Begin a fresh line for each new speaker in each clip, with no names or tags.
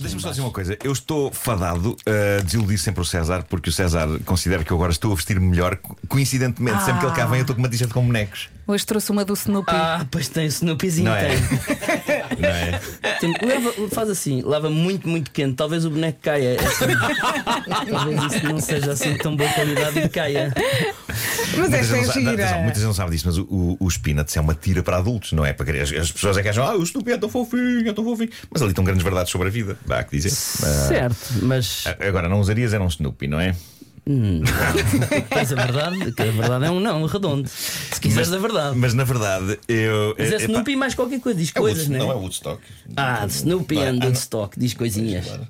Deixa-me só dizer uma coisa. Eu estou fadado a desiludir sempre o César, porque o César considera que eu agora estou a vestir-me melhor. Co- Coincidentemente, sempre que ele cá vem, eu estou com uma t-shirt com bonecos.
Hoje trouxe uma do Snoopy.
Ah, pois tem Snoopyzinho,
Não é?
tem.
Não é?
Tem- leva- faz assim, lava muito, muito quente. Talvez o boneco caia. É Assim, talvez isso não seja assim tão boa qualidade e caia.
Mas
Muita
esta
gente
é
não sabe- atenção,
gira.
Muita gente não sabe disso, mas o, o, o Peanuts é uma tira para adultos, não é? Para crianças. as, pessoas é que acham, ah, o estúpido é tão fofinho, é tão fofinho. Mas ali estão grandes verdades sobre a vida, dá que dizer.
Certo, mas
Ah, Agora, não usarias era um Snoopy, não é?
tens a verdade, que a verdade é um não, um redondo. Se quiseres a é verdade.
Mas na verdade, eu.
Mas é
epá,
Snoopy mais qualquer coisa, diz
é
coisas,
Woodstock-
né?
não é um Woodstock.
Ah, Snoopy
Vai,
and
ah,
Woodstock, diz coisinhas.
Claro.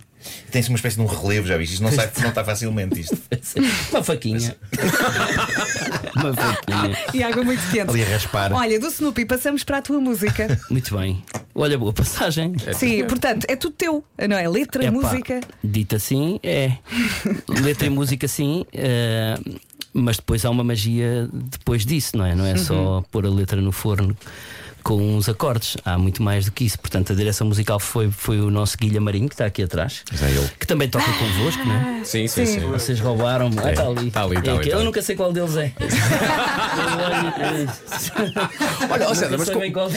Tem-se uma espécie de um relevo, já viste? Isto não, sai, não está facilmente isto.
Uma faquinha.
é.
Uma faquinha.
E água muito quente.
Ali a raspar.
Olha, do Snoopy passamos para a tua música.
Muito bem. Olha, boa passagem.
Sim, portanto, é tudo teu, não é? Letra,
Epá,
música.
Dito assim, é. Letra e música, sim. eh, mas depois há uma magia depois disso, não é? Não é só pôr a letra no forno com uns acordes. Há muito mais do que isso. Portanto, a direção musical foi, foi o nosso Guilherme Marinho, que está aqui atrás.
é ele.
Que também toca convosco, não é?
Sim, sim, sim.
Vocês roubaram-me. Ah, está ali.
Está Tá ali, está
É
ali,
que Eu
está ali.
nunca sei qual deles é.
Olha, ó, César,
Nunca
mas
sei
co-
bem qual-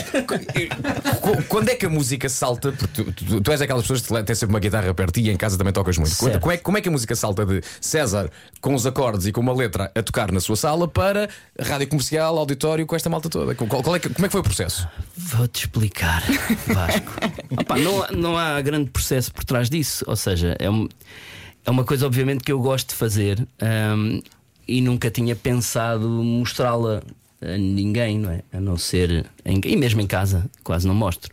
co- quando é que a música salta? Porque tu, tu- tu és aquelas pessoas que têm sempre uma guitarra perto ti e em casa também tocas muito. Quando-
Certo.
Como, é, como é que a música salta de César com os acordes e com uma letra a tocar na sua sala para rádio comercial, auditório, com esta malta toda? Qual- qual é que- como é que foi o processo?
Vou-te explicar, Vasco. Opa, não, há- não há grande processo por trás disso. Ou seja, é, um- é uma coisa, obviamente, que eu gosto de fazer hum, e nunca tinha pensado mostrá-la a ninguém, não é? A não ser. Em, e mesmo em casa, quase não mostro.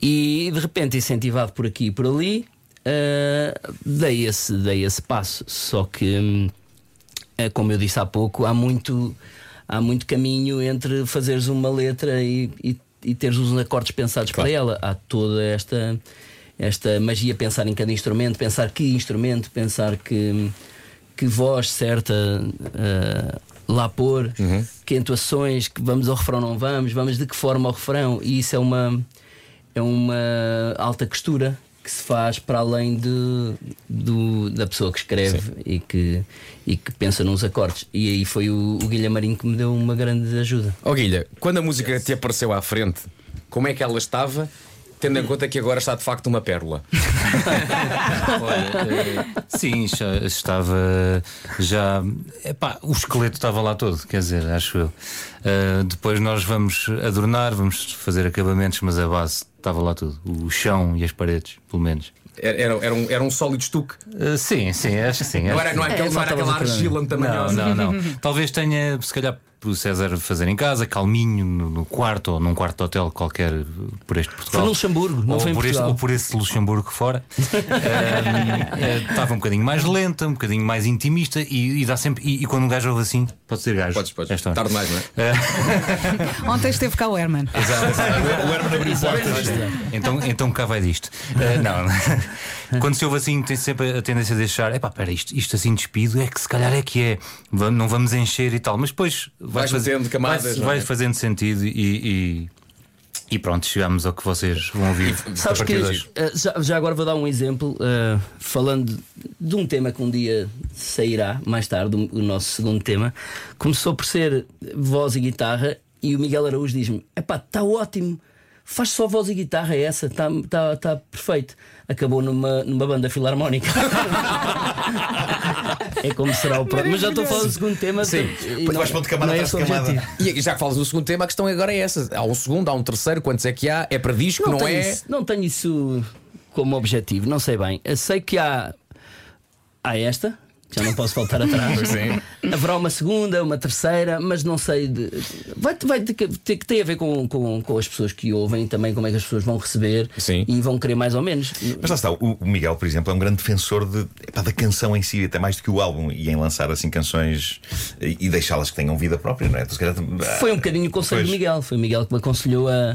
E de repente, incentivado por aqui e por ali, ah, dei, esse, dei esse passo. Só que. hum, é, como eu disse há pouco, há muito, há muito caminho entre fazeres uma letra e, e, e teres os acordes pensados para ela. Há toda esta, esta magia, pensar em cada instrumento, pensar que instrumento, pensar que, que voz certa ah, lá pôr, que entoações, que vamos ao refrão, não vamos, vamos de que forma ao refrão. E isso é uma, é uma alta costura que se faz para além de, do- da pessoa que escreve e que, e que pensa nos acordes. E aí foi o, o Guilherme Marinho que me deu uma grande ajuda.
Ó Guilha, quando a música te apareceu à frente, como é que ela estava, tendo em conta que agora está de facto uma pérola?
Olha, eh, sim, já estava já. Epá, o esqueleto estava lá todo, quer dizer, acho eu. Eh, depois nós vamos adornar, vamos fazer acabamentos, mas a base estava lá tudo. O chão e as paredes, pelo menos.
Era, era, era um, era um sólido estuque.
Eh, sim, sim, acho que sim.
Não
acho
era,
que
não
sim.
era, aquele, não era aquela argila
Não,
tamanhosa.
não, não. Talvez tenha, se calhar, para o César fazer em casa, calminho, no, no quarto ou num quarto de hotel qualquer eh, por este Portugal.
Foi no Luxemburgo, não
ou
foi em
por este-
Portugal.
ou por esse Luxemburgo fora. Ahm, eh, Estava um bocadinho mais lenta, um bocadinho mais intimista e, e dá sempre. E, e quando um gajo ouve assim, pode ser gajo.
Podes, podes.
Esta hora.
Tarde mais, não é?
Ontem esteve cá o Herman.
É
O Herman abriu portas.
Então, então cá vai disto. Ah, não, quando se ouve assim, tem sempre a tendência de deixar, epá, pera, isto, isto assim despido é que se calhar é que é, Va- não vamos encher e tal, mas depois vai
Vais metendo camadas,
vai,
não
vai
é?
fazendo sentido e, e, e pronto, chegamos ao que vocês vão ouvir.
Sabes
a
que
partir
é
de hoje.
eh, já, já agora vou dar um exemplo, eh, falando de- de um tema que um dia sairá, mais tarde, o, o nosso segundo tema. Começou por ser voz e guitarra, e o Miguel Araújo diz-me: Epá, está ótimo, faz só voz e guitarra essa, está tá, tá perfeito. Acabou numa, numa banda filarmónica. é como será o próximo. Mas já estou a falar do segundo tema. Sim,
vais pondo
é
camada atrás de camada.
E já que falas no segundo tema, a questão agora é essa. Há um segundo, há um terceiro, quantos é que há? É para disco, não,
tenho
é?
isso, não tenho isso como objetivo, não sei bem. Eu sei que há, há esta, que já não posso voltar atrás.
é.
Haverá uma segunda, uma terceira, mas não sei. de- vai vai ter, que- ter, que ter a ver com, com, com as pessoas que ouvem e também como é que as pessoas vão receber
Sim.
e vão querer mais ou menos.
Mas lá está, o o Miguel, por exemplo, é um grande defensor de, epá, da canção em si, até mais do que o álbum, e em lançar assim canções e, e deixá-las que tenham vida própria, não é? Tu, se calhar,
Foi um bocadinho o conselho
Pois.
do Miguel. Foi o Miguel que me aconselhou a.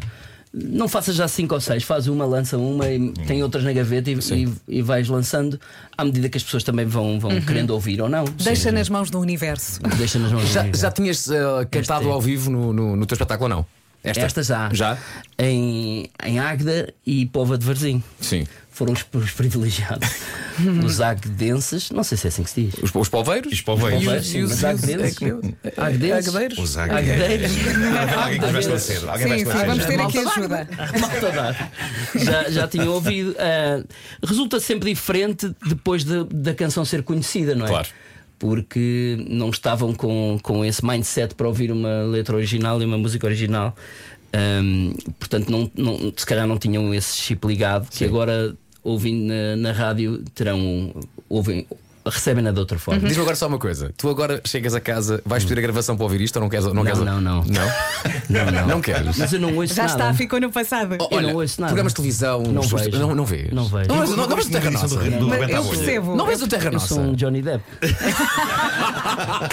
Não faças já cinco ou seis, faz uma, lança uma e tem outras na gaveta e, e- e vais lançando à medida que as pessoas também vão, vão querendo ouvir ou não.
Deixa nas mãos do universo.
Deixa nas mãos do
Já,
Miguel.
já tinhas eh, cantado
é.
ao vivo no, no, no teu espetáculo ou não?
Esta, já.
Já?
Em, em Águeda e Pova de Varzim.
Sim.
foram os, os privilegiados. os agdenses, não sei se é assim que se diz.
Os, os polveiros?
Os polveiros.
Polveiros, sim, mas agdenses.
Eh,
Agdenses.
Agdeiros.
Os
Agdeiros.
águias. Alguém vai esclarecer. Alguém vai
Sim, sim, vamos
esclarecer.
ter aqui
Malta
ajuda.
Malta dá. Já, já tinha ouvido. Ah, resulta sempre diferente depois de- da canção ser conhecida, não é?
Claro.
Porque não estavam com, com esse mindset para ouvir uma letra original e uma música original. Ahm, portanto, não, não- se calhar não tinham esse chip ligado, que agora, ouvindo na, na rádio, terão. Ouvem, recebem-na de outra forma.
Diz-me agora só uma coisa. Tu agora chegas a casa, vais pedir a gravação para ouvir isto ou não queres? Não,
Não,
queres-
não, não.
Não? Não queres.
Mas eu não ouço
Já
nada.
está, ficou no passado.
Oh,
Eu
olha,
não ouço nada.
programas de televisão,
Não
os-
vejo.
não, não vês.
Não vejo.
vês- não, vês o Terra
Edição do
Nossa.
Re- do
Mas
Rebenta a
eu
Bolha.
percebo.
Não vês o Terra
Eu sou um
Nossa.
Johnny Depp.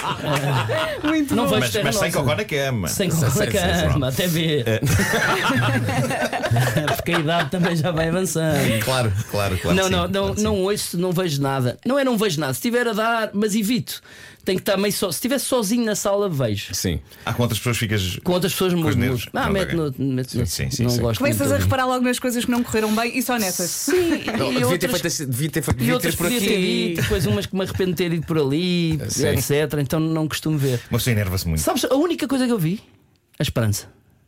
Muito
Não
bom.
vejo
Mas,
Terra
mas sem
Nossa.
cocó na cama.
Sem cocô na cama, até ver. É Porque a idade também já vai avançando.
Claro, claro, claro.
Não,
que
não,
sim,
não,
claro que
não
sim.
ouço, não vejo nada. Não é não vejo nada. Se tiver a dar, mas evito. Tem que estar meio só. Se estiver sozinho na sala, vejo.
Sim.
Há quantas pessoas ficas.
Com outras pessoas
os
mudo.
nervos.
mudo. Ah,
Pronto,
mete no.
ok.
Mete no.
Sim, sim, sim,
não
sim.
gosto
Começas a
muito.
reparar logo nas coisas que não correram bem e só nessas.
Sim,
Não,
e
devia ter feito
outras
assim- devia ter feito
e
devia ter
outras
por
podia ter
aqui.
ido, depois umas que me arrependo de ter ido por ali,
Sim.
etc. Então não costumo ver.
Uma pessoa enerva-se muito.
Sabes, a única coisa que eu vi, a esperança.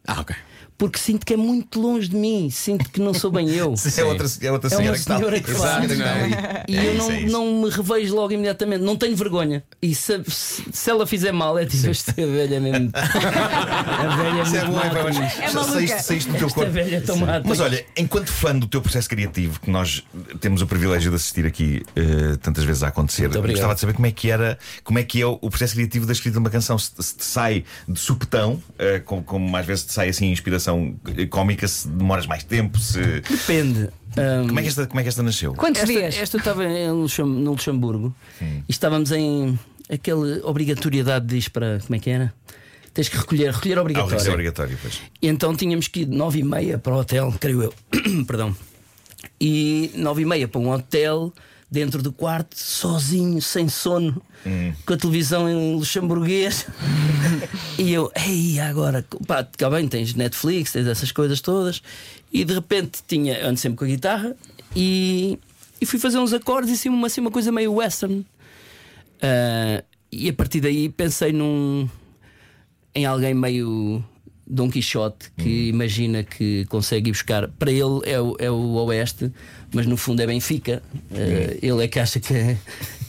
Ah, ok.
Porque sinto que é muito longe de mim, sinto que não sou bem eu.
É outra, é outra
É
senhora
uma
que está.
senhora que faz.
Exato, não.
E
É
eu
isso,
não,
é isso.
não me revejo logo imediatamente, não tenho vergonha. E se, se se ela fizer mal, é tipo, esta velha é mesmo. A velha é
Isso é
muito
bom, é
má
bom,
com
mas
isto.
É maluca.
saíste- Saíste do teu
Esta
corpo.
velha é tão má.
Mas olha, enquanto fã do teu processo criativo, que nós temos o privilégio de assistir aqui eh, tantas vezes a acontecer,
obrigado.
gostava de saber como é que era, como é que é o o processo criativo da escrita de uma canção. Se, se te sai de supetão, eh, como, como às vezes te sai assim inspiração eh, cómica, se demoras mais tempo, se.
depende. Ahm,
Como é que esta, como é que esta nasceu?
Quantos
esta,
dias?
esta eu estava em Luxem- no Luxemburgo e estávamos em aquela obrigatoriedade diz para como é que era? Tens que recolher, recolher
Ah, o
obrigatório.
Rex é obrigatório, pois.
E então tínhamos que ir de 9 e meia para o hotel, creio eu. Perdão. E 9 e meia para um hotel, dentro do quarto, sozinho, sem sono, com a televisão em luxemburguês. e eu, ei, agora, pá, cá bem, tens Netflix, tens essas coisas todas. E de repente tinha, eu ando sempre com a guitarra e, e fui fazer uns acordes e assim uma, assim, uma coisa meio western. Ah, e a partir daí pensei num. em alguém meio. Dom Quixote que
Hum.
imagina que consegue ir buscar para ele é o, é o Oeste, mas no fundo é Benfica. Ah, ele é que acha que,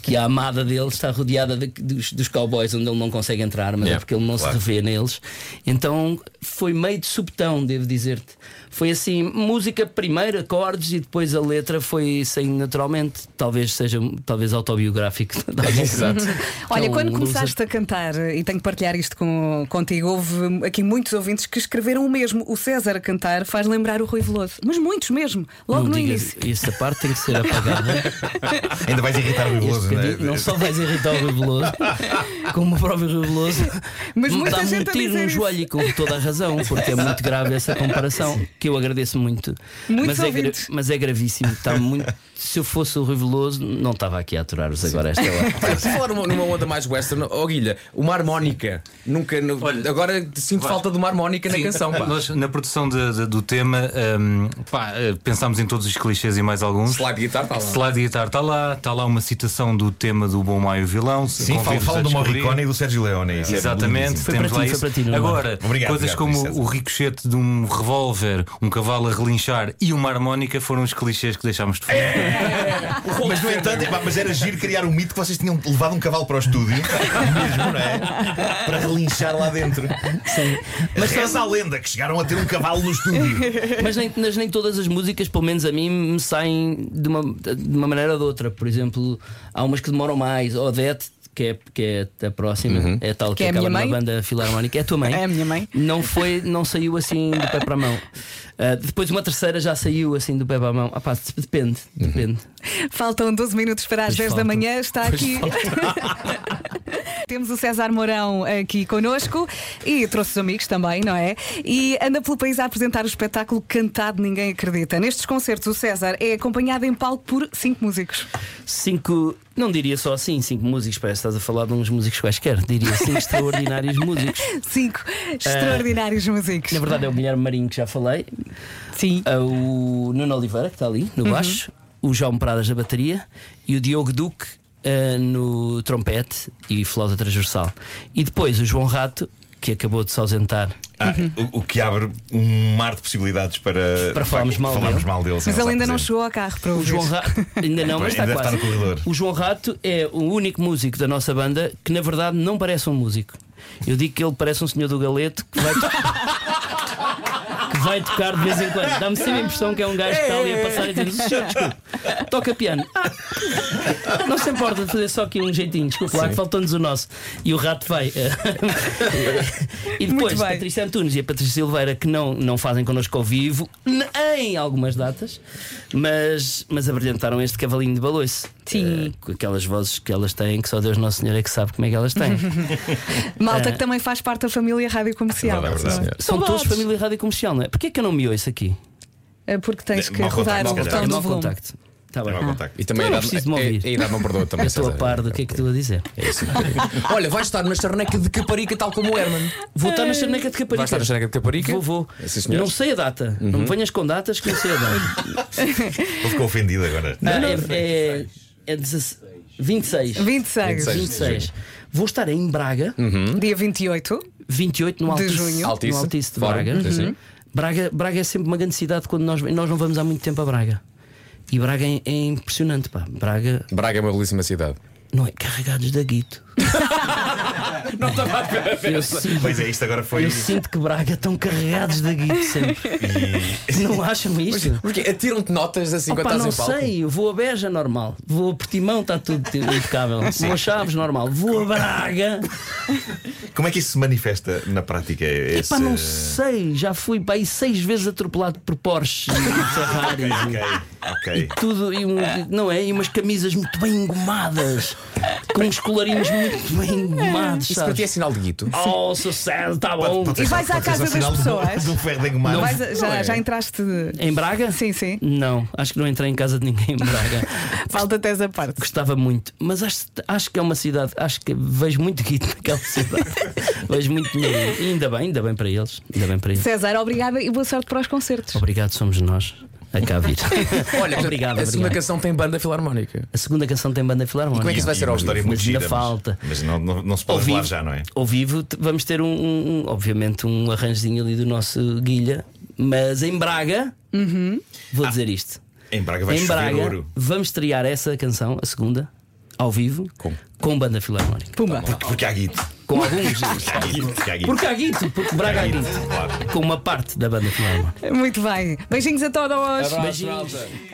que a amada dele está rodeada de- dos, dos cowboys onde ele não consegue entrar, mas é
Yeah,
porque ele não
claro.
se revê neles. Então foi meio de subtão, devo dizer-te. Foi assim, música primeiro, acordes e depois a letra foi saindo naturalmente. Talvez seja talvez autobiográfico.
Exato.
Olha,
Então,
quando
não
começaste a cantar, e tenho que partilhar isto com, contigo, houve aqui muitos ouvintes que escreveram o mesmo. O César a cantar faz lembrar o Rui Veloso. Mas muitos mesmo, logo
não
no
digas,
início.
essa parte tem que ser apagada.
Ainda vais irritar o
Este
Veloso, não é?
bocadinho não só vais irritar o reveloso, como o próprio reveloso,
Mas muita
dá-me um
gente a
tiro
dizer
no
isso.
joelho e com toda a razão, porque é muito grave essa comparação, que eu agradeço muito.
Muitos
mas, é gra-
ouvintes.
mas é gravíssimo. Está muito... Se eu fosse o reveloso, não estava aqui a aturar-vos agora a esta hora.
Olha, por falar numa, numa onda mais western, oh Guilha, uma harmónica. Nunca. nu-
Olha,
agora sinto
vai.
falta de uma harmónica na
Sim,
canção. Pá.
Nós, na produção de- de- do tema, hum, pá, eh, pensámos em todos os clichês e mais alguns.
Slide guitar, tá lá.
Slide guitar está lá, está lá uma citação do tema do Bom Maio Vilão. se
Sim, falam
convido-vos
fala
a
do
descobrir.
Morricone e do Sérgio Leone. isso é
Exatamente,
lindíssimo.
Foi
temos
para
lá
ti,
isso.
foi para ti, não é?
Agora,
Obrigado,
coisas
obrigado,
como
César.
o ricochete de um revólver, um cavalo a relinchar e uma harmónica foram os clichês que deixámos de fora.
Mas no entanto, epá, mas era giro criar um mito que vocês tinham levado um cavalo para o estúdio, mesmo, não é? Para relinchar lá dentro.
Sim.
Mas reza a lenda que chegaram a ter um cavalo no estúdio.
Mas nem, mas nem todas as músicas, pelo menos a mim, me saem de uma, de uma maneira ou de outra. Por exemplo, há umas que demoram mais. Odete, que é, que é a próxima, é tal que,
Que é a
acaba
minha
na
mãe?
banda filarmónica. É a tua mãe.
É a minha mãe.
Não foi, não saiu assim do pé para a mão. Ah, depois uma terceira já saiu assim do pé para a mão. Ah, pá, depende, depende.
Faltam 12 minutos para as
Pois
10 da
falta.
manhã. Está aqui Temos o César Mourão aqui connosco e trouxe os amigos também, não é? E anda pelo país a apresentar o espetáculo Cantado Ninguém Acredita. Nestes concertos, o César é acompanhado em palco por cinco músicos.
Cinco, não diria só assim, cinco músicos, parece que estás a falar de uns músicos quaisquer. Diria cinco extraordinários músicos.
Cinco extraordinários músicos.
Na verdade é o Guilherme Marinho que já falei,
Sim.
é o Nuno Oliveira que está ali no baixo, o João Pradas na bateria e o Diogo Duque eh, no trompete e flauta transversal. E depois o João Rato, que acabou de se ausentar.
Ah, o, o que abre um mar de possibilidades para,
Para falarmos mal
falarmos
dele.
mal dele. sem
Mas ele
nos
ainda não
apresentar.
chegou ao carro para
O
ouvir.
João Rato ainda não, mas está
Ainda deve
quase.
estar no corredor.
O João Rato é o único músico da nossa banda que na verdade não parece um músico. Eu digo que ele parece um senhor do galeto que vai, to- que vai tocar de vez em quando. Dá-me sempre a impressão que é um gajo que está ali a passar e diz: "O senhor, desculpe, toca piano. Ah, não se importa de fazer só aqui um jeitinho, desculpa lá, que faltou-nos o nosso. E o rato vai. eh, e depois,
Muito bem.
Patrícia é Antunes e a Patrícia Silveira, que não, não fazem connosco ao vivo, n- em algumas datas, mas, mas abrilhantaram este cavalinho de baloiço.
Sim.
Eh, com aquelas vozes que elas têm, que só Deus Nosso Senhor é que sabe como é que elas têm.
Malta
É.
que também faz parte da família Rádio Comercial.
É verdade, é verdade.
São todos família rádio comercial, não é? Porquê é que eu não me ouço aqui?
É Porque tens que
Mau
rodar
contacto,
o
se calhar.
botão
é
do
mau
volume.
contacto. Tá
É
bem.
mau
Ah.
contacto.
E também
Eu não
a idade-
preciso de me
é-
ouvir.
é- a idade não perdoa também.
Eu estou a par do que é que estou a dizer.
Olha, vais estar na charneca de Caparica, tal como o Herman.
Vou estar na
Eh,
Charneca de
Vais estar
Caparica.
na charneca de Caparica?
Vou, vou.
Sim, senhor. Uhum.
não sei a data. Não me venhas com datas que não sei a data.
Ele ficou ofendido agora.
Ah, é, é, é 16, 26.
26,
26.
26. Vou estar em Braga,
dia 28.
28 no Altice,
junho.
Altice.
no Altice de
Fórum,
Braga. Uhum.
sim, sim.
Braga. Braga é sempre uma grande cidade quando nós, nós não vamos há muito tempo a Braga. E Braga é, é impressionante, pá. Braga
Braga é uma belíssima cidade.
não é carregados de aguito.
Não estava a ver.
Eu sinto,
Pois é, isto agora foi.
eu sinto que Braga estão carregados de aguito sempre. Não acham isto?
Porque atiram-te notas assim
Opa,
quando estás
não
em palco.
sei, eu vou a Beja normal, vou a Portimão, está tudo impecável, vou a Chaves normal, vou a Braga,
Como é que isso se manifesta na prática? Esse... é-
Epá, não sei, já fui para aí seis vezes atropelado por Porsche e Ferraris
Ok,
e, e
ok.
tudo, e um- não é? E umas camisas muito bem engomadas, com uns colarinhos muito bem engomados.
Isso para ti é
Sabes?
sinal de guito.
Oh, sucesso, está bom.
Pode- pode
E
ser-
vais à
pode ser
casa
só
das
é sinal do-
pessoas?
Do ferro de engomar.
Não é.
Vais a- já, já entraste.
Em Braga?
Sim, sim.
Não, acho que não entrei em casa de ninguém em Braga.
Falta-te essa parte.
Gostava muito, mas acho, acho que é uma cidade, acho que vejo muito guito naquela cidade. vejo muito dinheiro. E ainda bem, ainda bem para eles. Ainda bem para eles.
César, obrigada e boa sorte para os concertos.
Obrigado, somos nós. A cá vir.
Olha,
obrigado,
a segunda
obrigado.
canção tem banda filarmónica.
A segunda canção tem banda filarmónica.
como é que isso vai
E
ser
uma
ao
história
vivo?
muito
Mas ainda
gira, mas-
falta.
Mas, não, não, não se pode revelar já, não é?
ao vivo t- vamos ter um, um- um- obviamente, um arranjozinho ali do nosso Guilha, mas em Braga,
Uhum.
vou dizer isto.
Em Braga vai
em
Ah, chover
Braga,
ouro.
vamos estrear essa canção, a segunda, ao vivo, com, banda filarmónica.
Pumba.
Porque, porque há guito.
Com alguns.
Porque há guito. Porque há guito.
Porque há guito, porque Braga há guito.
Claro.
Com uma parte da banda filarmónica.
Muito bem. Beijinhos a todos.
Beijinhos.